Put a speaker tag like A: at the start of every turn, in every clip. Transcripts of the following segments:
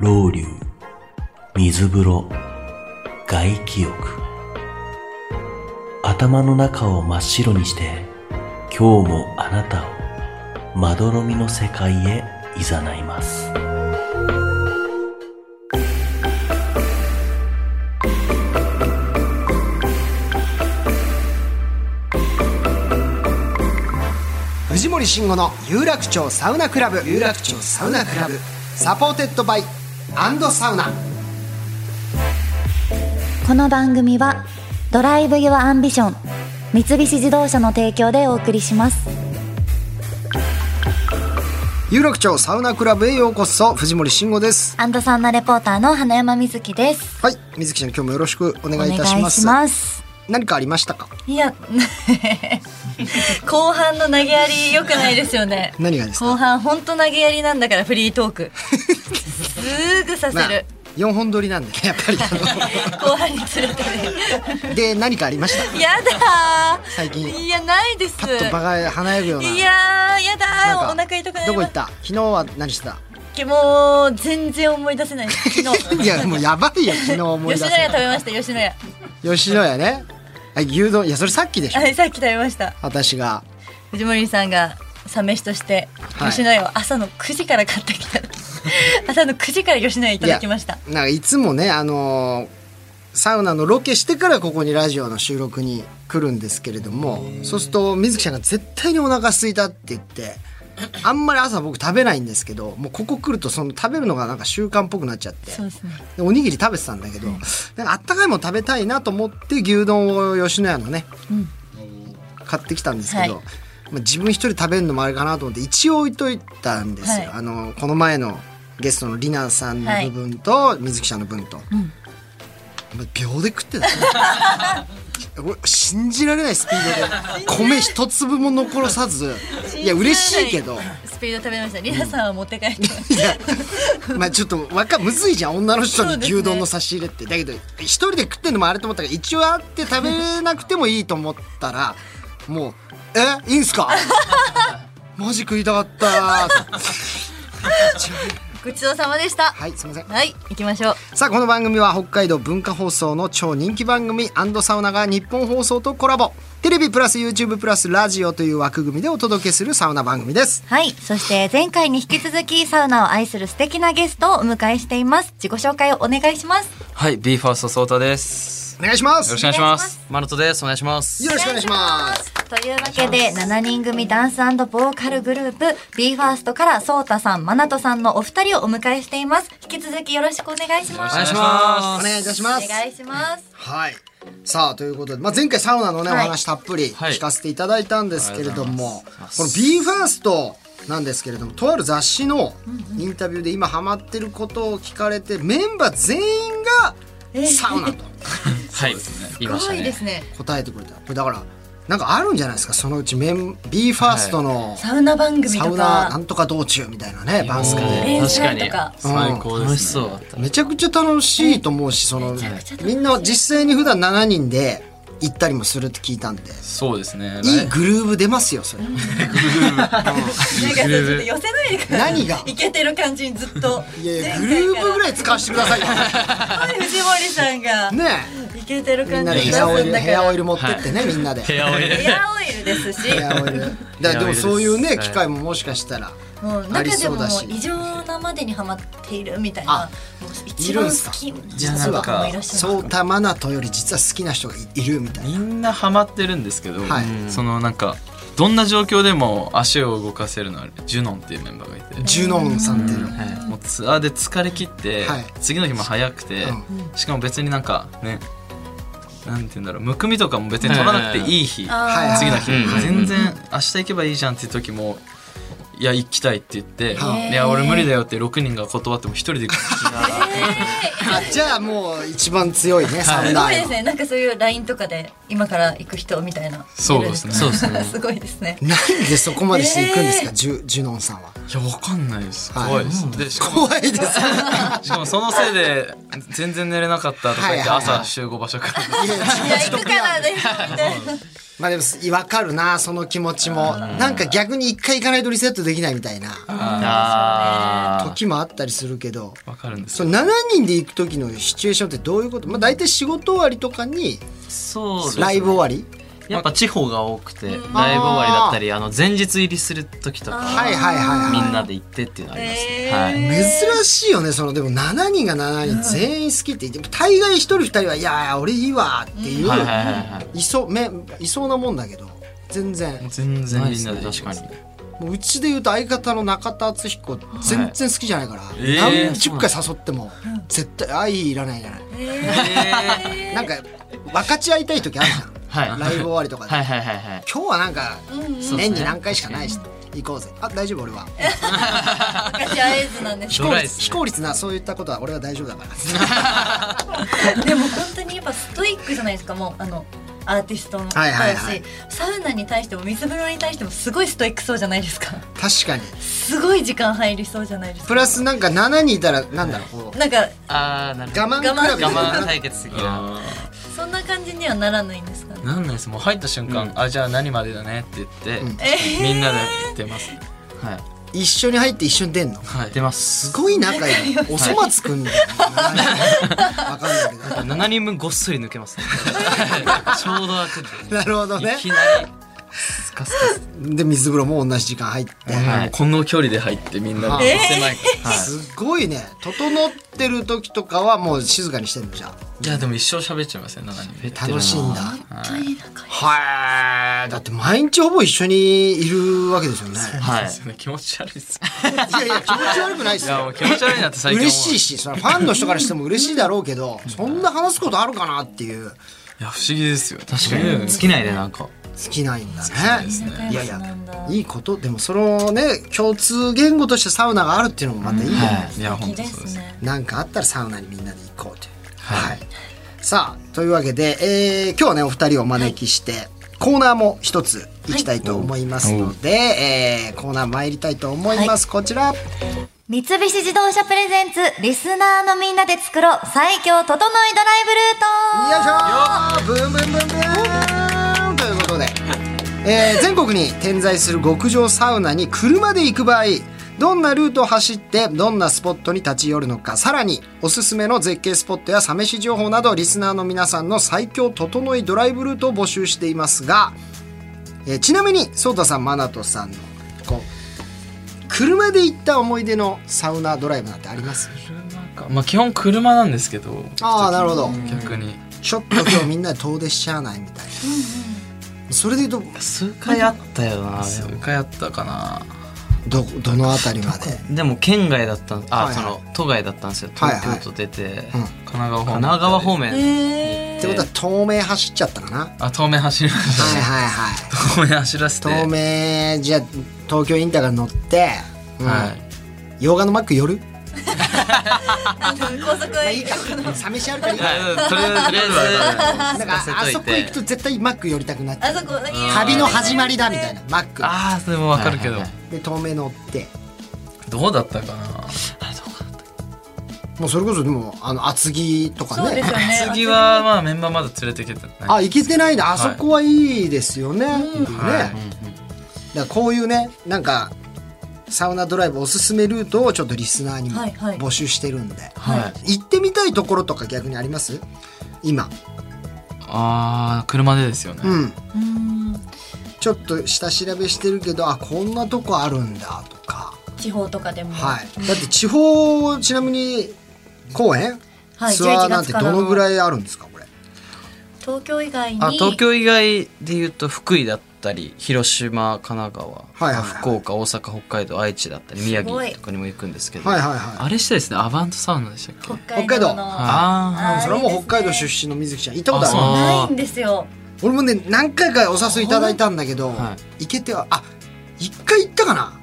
A: 老流水風呂外気浴頭の中を真っ白にして今日もあなたをまどろみの世界へ誘います
B: 藤森慎吾の有楽町サウナクラブ有楽町サウナクラブサポーテッドバイアンドサウナ
C: この番組は「ドライブ・ユア・アンビション」三菱自動車の提供でお送りします
B: 有楽町サウナクラブへようこそ藤森慎吾です
C: アンドサウナレポーターの花山瑞希です
B: はい水木ちゃん今日もよろしくお
C: お
B: 願いいたします
C: 願いします
B: 何かありましたか
D: いや、 後半の投げやり良くないですよね。
B: 何がですか
D: 後半本当投げやりなんだからフリートーク。すぐさせ
B: まあ
D: る。
B: 四本撮りなんでね やっぱりあ
D: 後半に連れてね。
B: ので何かありました
D: やだー。
B: 最近
D: いやないです。
B: パッと場が華やぐようない
D: やーやだ
B: な
D: ー
B: んか
D: お腹痛くなります
B: どこ行った昨日は何してた
D: もう全然思い出せない昨日
B: いやもうやばいよ昨日思い出
D: 吉
B: せ
D: 野家食べました吉野家
B: 吉野家ねあ牛丼いやそれさっきでしょ
D: はいさっき食べました
B: 私が
D: 藤森さんがサメシとして
B: はい
D: 吉野家を朝の9時から買ってきた、朝の9時から吉野家いただきました
B: いやなんかいつもねあのーサウナのロケしてからここにラジオの収録に来るんですけれどもそうすると水木ちゃんが絶対にお腹空いたって言ってあんまり朝僕食べないんですけどもうここ来るとその食べるのがなんか習慣っぽくなっちゃって
D: そうですね
B: でおにぎり食べてたんだけど、なんかあったかいもの食べたいなと思って牛丼を吉野家のね、買ってきたんですけど、
D: はい
B: まあ、自分一人食べるのもあれかなと思って一応置いといたんですよ、
D: はい
B: あのこの前のゲストのりなさんの部分と、水木ちゃんの分と、まあ秒で食ってたね俺信じられないスピードで米一粒も残さずいや嬉しいけど。
D: スピード食べましたリナさんは持って帰って、
B: いやまあちょっとわかむずいじゃん女の人
D: そう
B: に
D: ですね
B: 牛丼の差し入れって、だけど一人で食ってんのもあれと思ったから一応あって食べれなくてもいいと思ったらもう「えいいんすか? 」マジ食いたかった
D: ごちそうさまでした
B: はいすいません
D: はい行きましょう
B: さあこの番組は北海道文化放送の超人気番組アンドサウナが日本放送とコラボテレビプラス YouTube プラスラジオという枠組みでお届けするサウナ番組です
C: はいそして前回に引き続きサウナを愛する素敵なゲストをお迎えしています自己紹介をお願いします
E: はい、ビーファーストソータです。
B: お願いします
E: よろしく
B: よ
E: お願いし
C: お願
E: ま
C: いします
E: す。マルトです。お願いします。
B: ろしくお願いします
C: というわけで7人組ダンスボーカルグループ BE:FIRST からソータさんマナトさんのお二人をお迎えしています引き続きよろしくお願いします
E: お願いしま
B: お
E: す。
B: 願いいたし
C: お
B: ます
C: 願いします
B: はい。さあということで、まあ、前回サウナのね、
C: はい
B: お話たっぷり
E: はい
B: 聞かせていただいたんですけれども、
E: ありがとうございます
B: この BE:FIRST なんですけれどもとある雑誌のインタビューで今ハマってることを聞かれてメンバー全員がサウナと
E: はい、言いました
D: いい
E: ね
D: で。すね
B: 答えてくれたこれだからなんかあるんじゃないですかそのうちメン BE:FIRST の
D: サウナ番組
B: サ
D: と
B: ウナな
D: か
B: んとか道中みたいなね番組で。
E: おー
D: 連載とか
E: 最高です、ね。楽しそうだった。
B: めちゃくちゃ楽しいと思うし、そのみんな実際に普段7人で行ったりもするって聞いたんで
E: そうですね。
B: いいグルーブ出ますよそれ
D: なんかちょっと寄せないでください
B: 何が
D: いけてる感じにずっと
B: いやいやグループぐらい使わせてくださいよ
D: い藤森さんが
B: ね
D: いけてる
B: えみん
D: 感
B: な
D: じ
B: で
D: に出
B: ヘアオイ
D: すん
B: ル
D: だか
B: ヘア
D: ら
B: オイル持ってってねみんなで
E: 部屋を入れ
D: ヘアオイルですし
B: ヘアオイルだからでもそういう
E: ヘアオイ
B: ね
E: ルです
B: 機会ももしかしたら
D: もう
B: あ
D: 中
B: り
D: で
B: そ
D: も
B: う
D: もう
B: だし
D: 異常なまでにハマっているみたい
B: あ
D: なもう一
B: い
D: 番
B: るんすか
D: 好きない
B: や
D: 人とかもいらっしゃいます
B: そうたまなとより実は好きな人がいいるみたい
E: み
B: なん
E: なハマってるんですけど、
B: はい
E: そのなんかどんな状況でも足を動かせるのはジュノンっていうメンバーがいて。
B: ジュノンさんっていうの
E: はい、もうツアーで疲れ切って、
B: はい
E: 次の日も早くて、しかも別になんかねなんて言うんだろうむくみとかも別に取らなくていい日、
B: はいはい
E: 次の日、
B: うん
E: 全然明日行けばいいじゃんっていう時もいや行きたいって言って、
B: はい
E: や俺無理だよって6人が断っても一人で行く気が
B: じゃあもう一番強いねサウ
D: す
B: ナ
D: ご
B: 愛
D: いで
B: は
D: すねなんかそういう LINE とかで今から行く人みたいな
E: そうですね
D: そうですねすごいですね
B: なんでそこまでしていくんですか、ジュジュノンさんは。
E: いやわかんないです
B: はい
E: 怖いです、でしかも
B: 怖いです。
E: しかもそのせいで全然寝れなかったとか言って
B: はいはいはい
E: 朝集合場所から
B: いや
D: いや行くからですみたいな
B: まあでも分かるなその気持ちもなんか逆に一回行かないとリセットできないみたいな
E: あ
B: 時もあったりするけど
E: ーわかるんです
B: その7人で行く時のシチュエーションってどういうことまあ大体仕事終わりとかに
F: そうですね
B: ライブ終わり
F: やっぱ地方が多くてライブ終わりだったりあの前日入りする時とか
B: はいはいはい
F: み
B: は
F: んなで行ってっていうのありますね、はい
B: い珍しいよねそのでも7人が7人全員好きって言って大概1人2人はいやいや俺いいわっていう
F: はいはいはいはい
B: いそうめいそうなもんだけど全然
E: 全然みんなで
F: ないですね確かに
B: もううちで言うと相方の中田敦彦全然好きじゃないから、
E: えー
B: 何十回誘っても絶対愛いらないじゃない、 なんか分かち合いたい時あるじ
F: はい
B: ゃんライブ終わりとかで、
F: はいはいはいはい
B: 今日はなんか
F: そうです
B: 年
F: ね
B: に何回しかないし、行こうぜあ大丈夫俺は
D: 昔会えずなんです
B: 非
F: ド
B: 効
F: ライっ
B: 率
F: すね
B: 非効率なそういったことは俺は大丈夫だから
D: でも本当にやっぱストイックじゃないですかもうあのアーティストも
B: はいはいはい
D: そうだしサウナに対しても水風呂に対してもすごいストイックそうじゃないですか
B: 確かに
D: すごい時間入りそうじゃないです
B: プ
D: か
B: ラスなんか7人いたらなんだろうこう
D: なんか
F: ああなるほど
B: 我慢比べで
F: 我慢対決的な
D: そんな感じにはならないんですかね
E: なんないですもう入った瞬間、あじゃあ何までだねって言って、みんなで行ってます、
F: はい
B: 一緒に入って一緒に出んの
E: はい
F: 出ます
B: すごい仲いいおそ松くんみたいな分かんないけど
F: 7人分ごっそり抜け ますねちょうど開くんで
B: なるほどね
F: いきなりスカスカス
B: で水風呂も同じ時間入って、
F: はい
E: この距離で入ってみんなで、
F: 狭いはい
B: すごいね整ってる時とかはもう静かにしてるじゃん
E: いやでも一生喋っちゃいますよ中に
B: 楽しいんだ
D: 本当に仲いい
B: はいだって毎日ほぼ一緒にいるわけですよね
F: はい
E: そうですよね気持ち悪いっす
B: いやいや気持ち悪くないです
E: いやも
B: よ
E: う気持ち悪いなって最近思う
B: 嬉しいしそれはファンの人からしても嬉しいだろうけどそんな話すことあるかなっていう
E: いや不思議ですよ確
F: 確かに尽きないでなんか
B: 好きないんだねいやいや
D: んだ
B: いいことでもそのね共通言語としてサウナがあるっていうのもまたいいよね、
E: いや
D: い
E: 本
D: い
E: 当
D: で
E: そうですす
D: ね
B: なんかあったらサウナにみんなで行こうという。はい。さあ、というわけで、えー今日はね、お二人をお招きして、コーナーも一つ行きたいと思いますので、えーコーナー参りたいと思います。こちら。
C: 三菱自動車プレゼンツリスナーのみんなで作ろう最強整いドライ
B: よいしょブンブンブンブーンということで、えー全国に点在する極上サウナに車で行く場合どんなルートを走ってどんなスポットに立ち寄るのかさらにおすすめの絶景スポットやサ飯情報などリスナーの皆さんの最強整いドライブルートを募集していますが、えーちなみにソータさんマナトさんのこう車で行った思い出のサウナドライブなんてあります
E: 車かまあ基本車なんですけど
B: ああなるほど
E: 逆に
B: ちょっと今日みんなで遠出しちゃわないみたいな。それでど
F: 数回あったよな
E: 数
F: でも
E: 回あったかな
B: どどの辺りまで
F: でも県外だったん
B: はい
F: あ、
B: はい
F: その都外だったんですよ
B: はいはい
F: 東京都出て、
B: うん
F: 神
E: 神奈川方面
F: 奈川方面に行
B: っ
F: ってて
B: ことは透明走っちゃったかなは
E: あ透明走りま
B: い
E: し
B: はいはい
E: た透明走らせて
B: 透明じゃあ東京インターから乗って、うん
E: はい
B: 洋画のマック寄る
D: あの高速
B: まあ
D: はい
B: い
D: い
B: か寂しいあるからいいか
E: はいとりあえずとりあえずは
B: なんか
F: せとい
B: あ
F: て
B: そこ行くと絶対マック寄りたくなっちゃ
D: あ
B: う
D: そこいや
B: 旅の始まりだみたいなマック
E: ああそれもわかるけど、
F: はいはい
B: で透明乗って
E: どうだったかな
B: もうそれこそでもあの厚木とか
D: そう
B: ね
D: ですよね
E: 次はまあメンバーまだ連れてきてない
B: あ行けてないなあそこはいいですよね、っていうね、
E: はい
B: だからこういうねなんかサウナドライブおすすめルートをちょっとリスナーにも
D: はいはい
B: 募集してるんで、
F: は
B: 行ってみたいところとか逆にあります今、
E: あー車でですよね、
B: うん、
D: うん
B: ちょっと下調べしてるけどあこんなとこあるんだとか、
D: 地方とかでも
B: はい、だって地方ちなみに公演、
D: はい
B: ツアーなんて
D: 11月から
B: ど
D: の
B: のぐらいあるんですかこれ
D: 東京以外に
F: あ東京以外で言うと福井だったり広島神奈川、
B: はいはい
F: 福岡大阪北海道愛知だったり宮
D: すごい
F: 城とかにも行くんですけど、
B: はいはいはい
E: あれしたいですねアバントサウナでしたっけ
D: 北海道の
B: 北
F: あ
D: あ
B: それはもう北海道出身の水木ちゃん行ったことある
F: あそう
D: ないんですよ
B: 俺もね何回かお誘いいただいたんだけど、
F: は
B: 行けてはあ一回行ったかな
F: あ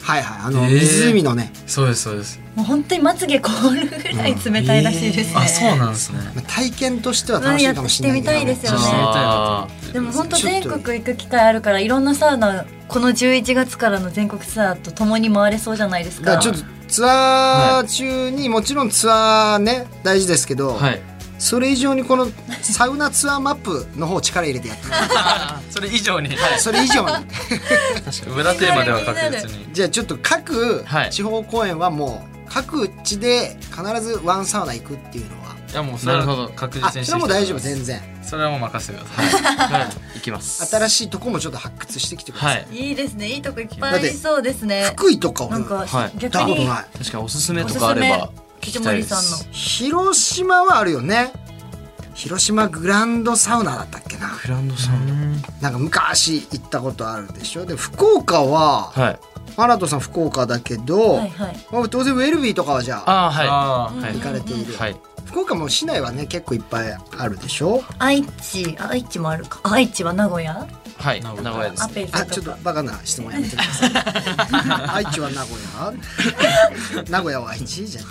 B: はいはいあの
F: へー
B: 湖のね、
F: そうですそうです
D: もう本当にまつげ凍るぐらい冷たいらしいですね、
F: あそうなんですね
B: まあ体験としては楽しいかもしれないけど、
D: うんやってみたいですよね
F: あー
D: でも本当
B: ちょっ
D: 全
B: と
D: 国行く機会あるからいろんなサウナこの11月からの全国ツアーと共に回れそうじゃないです
B: だか
D: から
B: ちょっとツアー中に、もちろんツアーね大事ですけど、
F: はい
B: それ以上にこの サウナツアーマップの方を力入れてやってる
E: それ以上に
B: それ以上に
E: 上田テーマでは確実に
B: じゃあちょっと各
F: はい
B: 地方公演はもう各地で必ずワンサウナ行くっていうのは、
E: いやもうそれ
F: なるほ
E: は
F: ど
E: 確
B: あ
E: 実に
B: それはもう大丈夫
E: 然
B: 全然
E: それはもう任せてください
F: はい行きます
B: 新しいとこもちょっと発掘してきてくださ、
F: はいい
D: いいですねいいとこいっぱいありそうですね
B: 福井とか俺
D: なんか
B: 行っ
F: はい
D: 逆
B: たこと
D: に
B: ない
F: 確かにおすすめとかあれば
D: おす
F: 聞
D: すめ
F: きたいです
B: 広島はあるよね広島グランドサウナだったっけな
F: グランドさん
B: なんか昔行ったことあるでしょで福岡は、
F: はい
B: マラトさん福岡だけど、
D: はいはい
B: まあ当然ウェルビーとかはじゃあ
F: あーは
E: あ
F: いはい
B: 行かれている、
F: はい
B: 福岡も市内はね結構いっぱいあるでしょ
D: 愛知愛知もあるか愛知は名古屋
F: はい
E: 名
F: 名
E: 古屋
F: 古屋です
D: アペル
B: あ
D: と
B: ちょっ
D: か
B: とバカな質問やめてくだ さい愛知は名古屋 名古屋は愛知じゃん、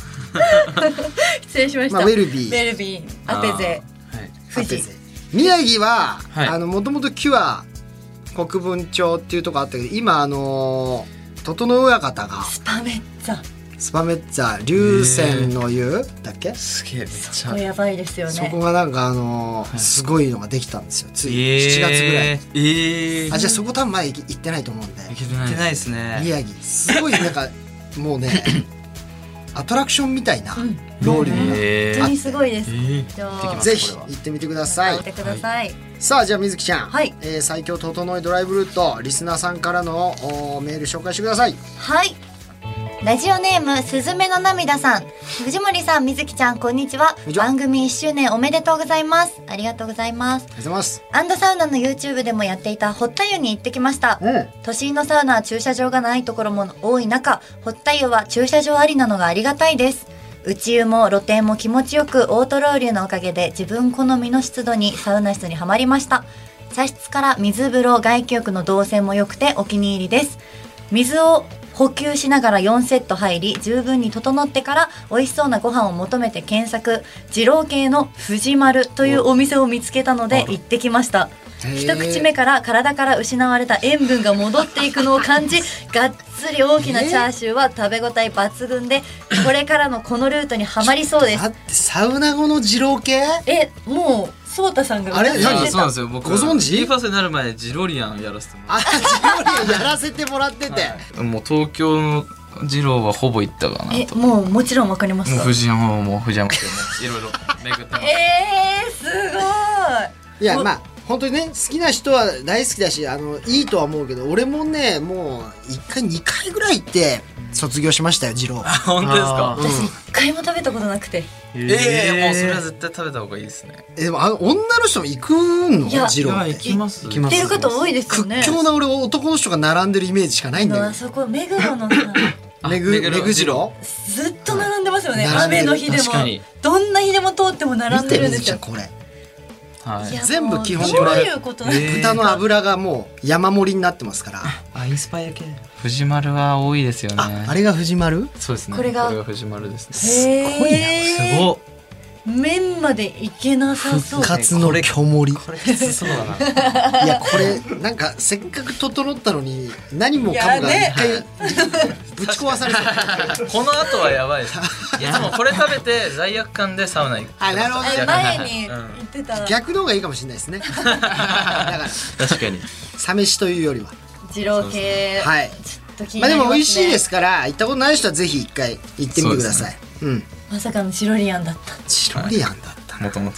D: 失礼しました、
B: まあ、ウェルビー
D: ウェルビーアペゼ富士
B: アペゼ宮城は、
F: はい
B: あのもともとキュア国分町っていうとこあったけど今あのー整親方が
D: スパメッツァ
B: スパメッツァ龍泉の湯だっけ、
F: すげえめっち
D: これやばいですよね
B: そこがなんかあのーすごいのができたんですよつい
F: えー
B: 7月ぐらい、
E: ええ
B: あじゃあそこ多分前行き行ってないと思うんで
E: いけてな
F: 行って
E: い
F: ないですね
B: 宮城すごい なんかもうねアトラクションみたいなロウリュが、
F: え
D: 本当にすごいです、じゃ
F: 行ってき
D: あ
F: ます
B: ぜひ
F: これは
B: 行ってみてくださ
D: や
B: い
D: ってください、
B: さあじゃあみずきちゃん、
D: はい
B: えー最強整いドライブルートリスナーさんからのおーメール紹介してください
C: はい。ラジオネームすずめの涙さん、藤森さん、みずきちゃん、こんにちは
B: こんに。ちは
C: 番組1周年おめでとうございます。ありがとうございます。
B: ありがとうございます
C: アンドサウナの YouTube でもやっていた堀田湯に行ってきました。
B: うん
C: 都心のサウナは駐車場がないところも多い中、堀田湯は駐車場ありなのがありがたいです。内湯も露天も気持ちよくオートロウリュのおかげで自分好みの湿度にサウナ室にはまりました。茶室から水風呂、外気浴の動線も良くてお気に入りです。水を補給しながら4セット入り、十分に整ってから美味しそうなご飯を求めて検索、二郎系の藤丸というお店を見つけたので行ってきました。
B: へ
C: 一
B: ー
C: 口目から体から失われた塩分が戻っていくのを感じがっつり大きなチャーシューは食べ応え抜群でこれからのこのルートにはまりそうで
B: だ
C: す
B: ってサウナ後の二郎系
D: えもうソータさんが
B: あれ
D: 歌
B: 何
D: っ
E: あ
D: て
E: そうな
D: た
E: んですよ僕
B: ご存知
E: B ファーストになる前ジロリアンやらせてもらっ
B: あ二郎系やらせてもらってて、
E: てもう東京の二郎はほぼ行ったかな
D: え
E: とも
D: もうもちろんわかりま
E: う
D: す
E: 藤山ももう藤山家もいろいろ 巡ってます
D: えー、すご
B: いやまあ本当にね好きな人は大好きだしあのいいとは思うけど俺もねもう1回2回ぐらい行って卒業しましたよ二郎
E: あ本当ですか
F: あ
D: い私一回も食べたことなくて
E: ええもうそれは絶対食べた方がいいですね
B: えでもあの女の人も行くの
D: いや
B: 二郎って
E: きます
F: 行きま
D: って
F: す
D: いう方多いですよ
B: 屈
D: ね
B: 強な俺男の人が並んでるイメージしかないんだ
D: あ
B: け
D: の
B: ど
D: あそこ目黒のさ
E: あ
B: めぐ
E: 目
B: め
E: 黒
B: ぐじろう
D: ずっと並んでますよね
B: 並んで
D: 雨
B: る
D: の日でも
F: 確かに
D: どんな日でも通っても並
B: 見
D: ん
B: て
D: でる
B: み
D: んで
B: ずきち
D: す
B: ゃん
D: よ
B: これ
E: はい
D: や
B: 全部基本
D: どう
B: 取られる
D: いうこと
E: えー
B: 豚の脂がもう山盛りになってますから
F: あインスパイア系
E: 藤丸は多いですよね
B: ああれが藤丸
E: そうですね
D: これが
E: 藤丸ですね
D: すごい
F: すごっ
D: 麺までいけなさそう
B: カツの巨盛り
F: これきつそうだな
B: いやこれなんかせっかく整ったのに何もかも
D: いや
B: が
D: ね
B: 一回ぶち壊されて
E: この後は やばいですいつもこれ食べて罪悪感でサウナ行く
B: あなるほど
D: え前に言ってた
B: 逆の方がいいかもしれないですねだから
F: 確かに
B: サ飯というよりは
D: 二郎系
B: はい
D: ちょっと気に
B: ま
D: な
B: あで
D: り
B: も
D: ますね
B: 美味しいですから行ったことない人はぜひ一回行ってみてくださいうん
D: まさかのシロリアンだった
B: チロリアンだったな
E: もともと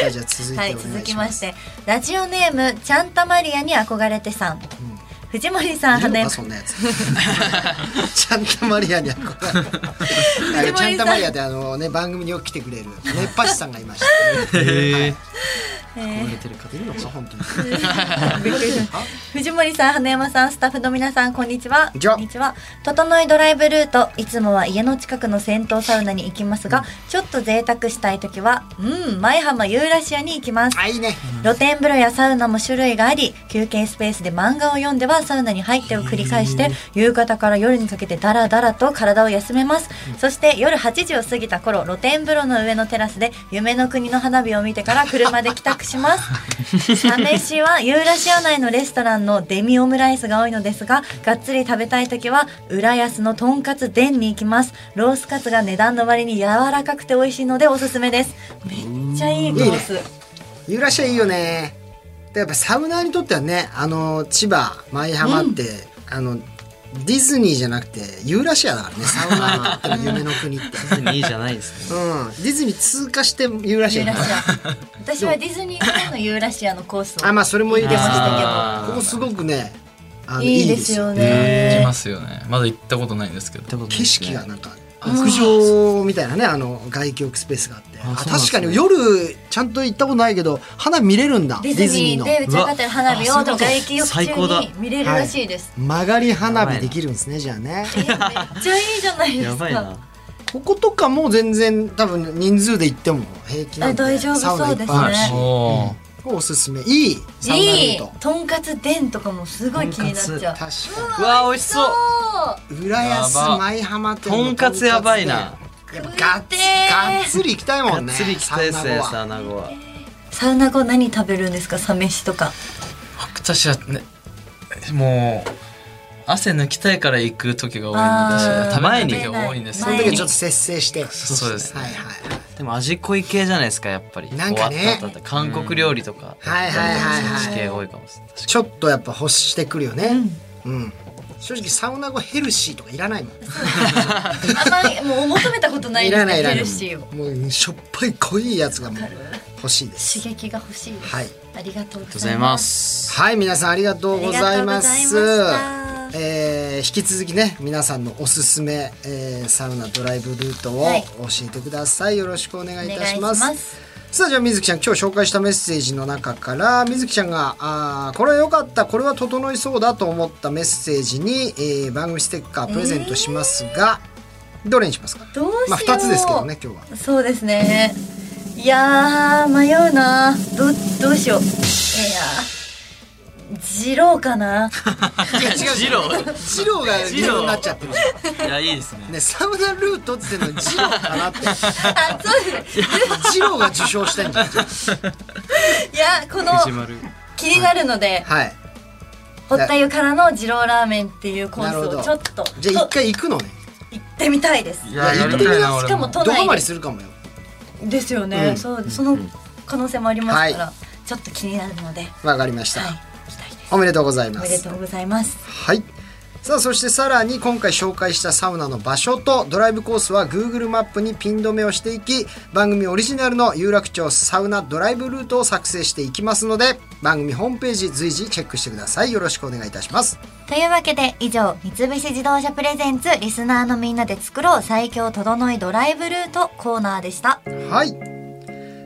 B: さあじゃあ続い
C: は
B: て
C: い
B: お
C: 続
B: 願い
C: き
B: し
C: ま
B: ま
C: し
B: す
C: てラジオネームちゃんたまりやに憧れてさん、藤森さん
B: いるの
C: 羽
B: かそんなやつ ちゃんとマリアに憧れる ちゃんとマリアってあのね番組によく来てくれる熱波師さんがいました、ね、
F: へえ憧れてる方いるのか
B: 本当に
C: びっくりしました 藤森さん花山さんスタッフの皆さんこんにちは
B: じゃあ
C: こんにちは整いドライブルートいつもは家の近くの銭湯サウナに行きますが、ちょっと贅沢したい時はうん舞浜ユーラシアに行きます、
B: あいいね
C: 露天風呂やサウナも種類があり休憩スペースで漫画を読んではサウナに入ってを繰り返して夕方から夜にかけてダラダラと体を休めます、そして夜8時を過ぎた頃露天風呂の上のテラスで夢の国の花火を見てから車で帰宅しますサ飯はユーラシア内のレストランのデミオムライスが多いのですががっつり食べたい時は浦安のとんかつ伝に行きますロースカツが値段の割に柔らかくて美味しいのでおすすめですめっちゃいいコース
B: ユーラシアいいよねでやっぱサウナーにとってはねあの千葉舞浜って、あのディズニーじゃなくてユーラシアだからねサウナーにとっての夢の 国って、うん、
F: いいじゃないですね
B: ディズニー通過してユーラシア
D: ユー
B: に
D: ラシア 私はディズニーランドのユーラシアのコースを
B: あまあそれもいいですけど
F: あー
B: ここすごくねあの
D: いいですよね
E: 行きますよねまだ行ったことないんですけど
B: 景色がなんか屋上みたいなねあの外気浴スペースがあってあ
F: そうなんで
B: 確
F: す
B: か
F: ね
B: に夜ちゃんと行ったことないけど花見れるんだディ
D: ディ
B: ズ
D: ズ
B: ニー
D: ニー
B: の
D: で打ち上がってる花火
F: うわ
D: を外気浴
F: 最高
D: 中
F: だ
D: に見れるらしいです、
B: 曲がり花火できるんですねじゃあね
D: めっちゃいいじゃないです
F: やばい
D: か
F: な
B: こことかも全然多分人数で行っても平気なんで
D: あ大丈夫
B: サウナいっぱいあるし
D: そ
E: おー
B: おすすめいいサウナル
D: い
B: ー
D: い
B: ト
D: とんかつ伝とかもすごい気になっちゃう
B: 確
F: うわー美味しそう
B: かに浦安
E: やば
B: 舞浜店の
F: とんかつやばいな
B: やっぱガッツガッツリ行きたいも
F: が
B: ん
F: っ
B: ね
F: つり来たいです
B: サウナ
F: ね
B: 後は
F: サウナ後
D: サ
F: は
D: ウナ後何食べるんですかサ飯とか
E: 私はねもう汗抜きたいから行く時が多いので
D: あー
E: 食べない時が多いんです
B: その
D: 前
B: 時は
D: に
B: ちょっと節制して
E: そうですね
B: はいはいはい
F: でも味濃い系じゃないですかやっぱり
B: なんかね
F: 終わった後だったら韓国料理とか
B: はいはいはいはい
F: そっち系多いかもしれない
B: ちょっとやっぱ欲してくるよねうん、正直サウナ後ヘルシーとかいらないもん
D: あんまりもう求めたことない
B: い
D: で
B: ら
D: す
B: ないいらな
D: ヘ
B: い
D: ルシーを
B: もうねしょっぱい濃いやつがもう欲しいです
D: 刺激が欲しいです、
B: はい
D: ありがとうご
F: ござ
D: ざい
F: い
D: ま
F: ますす
B: はい皆さんありがとうございま
D: ありが
B: す
D: とうございました
B: えー引き続きね皆さんのおすすめ、えーサウナドライブルートを
D: はい
B: 教えてください、よろしくお願いいたし
D: お
B: ま
D: 願い
B: す
D: します
B: さあじゃあ水木ちゃん今日紹介したメッセージの中から水木ちゃんがあーこれは良かったこれは整いそうだと思ったメッセージに、えー番組ステッカープレゼントしますが、どれにしますか
D: どうしよう
B: まあ、2つですけどね今日は
D: そうですねいやー迷うなどどうしよういやー二郎 かな
F: ジロー
B: ジローが理由になっちゃってるじゃ
F: いやいいですね
B: んねサウナルートってのジローかなって
D: あそうですい
B: ジローが受賞したいんじゃない
D: やこの
F: 藤丸
D: 気になるので
B: はい
D: 堀田湯からの二郎ラーメンっていうコー
B: なる
D: ス
B: ほど
D: をちょっと
B: じゃあ一
D: と
B: 回行くのね
D: 行ってみたいです
E: い
B: ややりたいな
D: しかも
E: も
D: 都
B: どハマ
D: 内
B: り
D: です
B: るかもよ
D: ですよね、
B: うん
D: そうその可能性もありますから、
B: は
D: ちょっと気になるので、はい、
B: わかりました、
D: 期待です
B: おめでとうござい
D: お
B: ま
D: めですとうございます
B: はいさあそしてさらに今回紹介したサウナの場所とドライブコースは Google マップにピン止めをしていき番組オリジナルの有楽町サウナドライブルートを作成していきますので番組ホームページ随時チェックしてくださいよろしくお願いいたします
C: というわけで以上三菱自動車プレゼンツリスナーのみんなで作ろう最強整いドライブルートコーナーでした
B: はい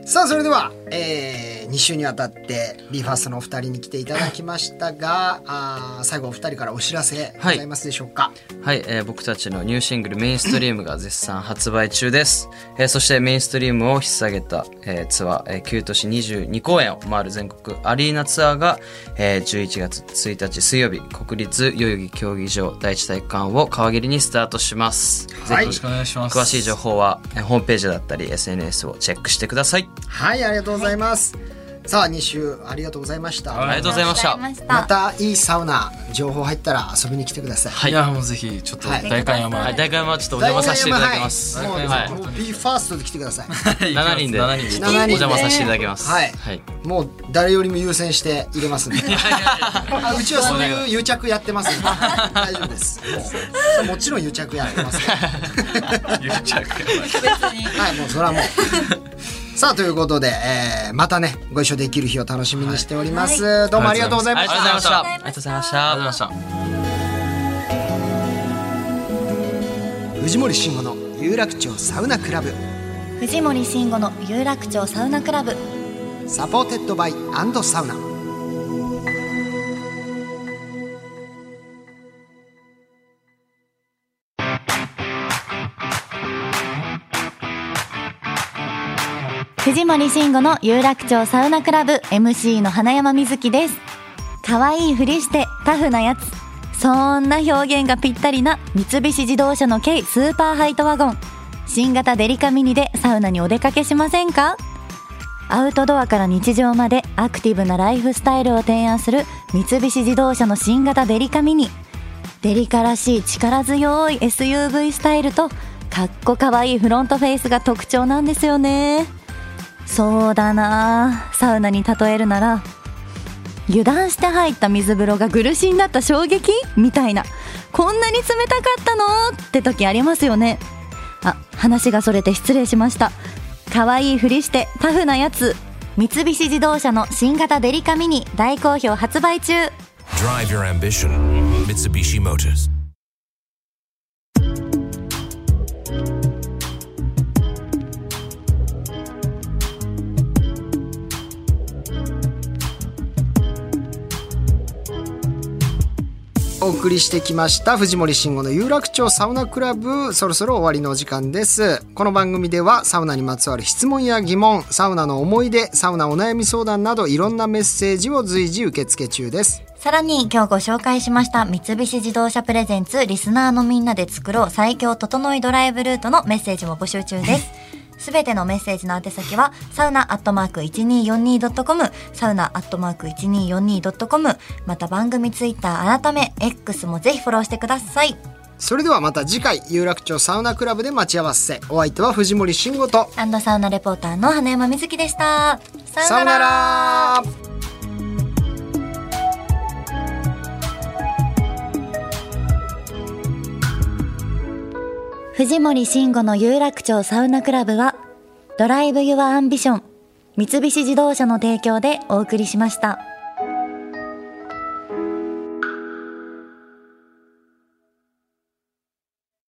B: さあそれでは、え2週にわたって BE:FIRST のお二人に来ていただきましたがあー最後お二人からお知らせございますでしょうか、
F: はい、えー僕たちのニューシングル「メインストリーム」が絶賛発売中です、えーそしてメインストリームを引っ提げた、えーツアー、えー旧都市22公演を回る全国アリーナツアーが、えー11月1日水曜日国立代々木競技場第一体育館を皮切りにスタートします、
B: は
F: ぜ
B: い
F: ひ
E: お願いします
F: 詳しい情報は、えーホームページだったり SNS をチェックしてください
B: はいありがとうございます、さあ2週ありがとうございました、
F: ありがとうございました
C: ありがとうござい
B: ま
C: ました
B: いいサウナ情報入ったら遊びに来てください。
E: いやもうぜひちょっと
B: はい
E: 大観山、
F: はい、大会はちょっとお邪魔させていただきます、
B: もう、
F: はい
B: もう B ファーストで来てくだ さい。
F: 7人で
E: 7
B: 7人
E: 人
B: で
F: お邪魔させていただきます
B: はい
F: はい
B: もう誰よりも優先して入れますん で。あうちはそういう癒着やってますんで。大丈夫です。もうそれもちろん癒着やって ますから。
E: ゆうちゃん
B: はい、もうそれはもう。さあということで、えーまたねご一緒できる日を楽しみにしております。どうもありがとうございま
F: あ
B: し
F: り
B: た。
F: がとうございました
C: あ
F: あ
C: り
F: り
C: が
F: が
C: と
F: と
C: う
F: う
C: ござ
F: ござ
C: い
F: い
C: ま
F: ま
C: し
F: したた
E: ありがとうござい
B: 藤森慎吾の有楽町サウナ
E: ました
B: クラブ。
C: 藤森慎吾の有楽町サウナクラブ
B: サポーテッドバイサウナ
C: 藤森慎吾の有楽町サウナクラブ MC の花山瑞希です可愛いふりしてタフなやつそんな表現がぴったりな三菱自動車の軽スーパーハイトワゴン新型デリカミニでサウナにお出かけしませんかアウトドアから日常までアクティブなライフスタイルを提案する三菱自動車の新型デリカミニデリカらしい力強い SUV スタイルとかっこかわいいフロントフェイスが特徴なんですよねそうだなあサウナに例えるなら油断して入った水風呂が苦しんだった衝撃みたいなこんなに冷たかったのって時ありますよねあ話がそれて失礼しました可愛いふりしてタフなやつ三菱自動車の新型デリカミニ大好評発売中
G: Drive your ambition. Mitsubishi Motors.
B: お送りしてきました藤森慎吾の有楽町サウナクラブそろそろ終わりのお時間ですこの番組ではサウナにまつわる質問や疑問サウナの思い出サウナお悩み相談などいろんなメッセージを随時受付中です
C: さらに今日ご紹介しました三菱自動車プレゼンツリスナーのみんなで作ろう最強整いドライブルートのメッセージも募集中です。すべてのメッセージの宛先はサウナアットマーク 1242.com サウナアットマーク 1242.com また番組ツイッター改め X もぜひフォローしてください。
B: それではまた次回有楽町サウナクラブで待ち合わせお相手は藤森慎吾と
C: アンドサウナレポーターの花山瑞希でした。
B: さよなら
C: 藤森慎吾の有楽町サウナクラブはドライブ・ユア・アンビション三菱自動車の提供でお送りしました。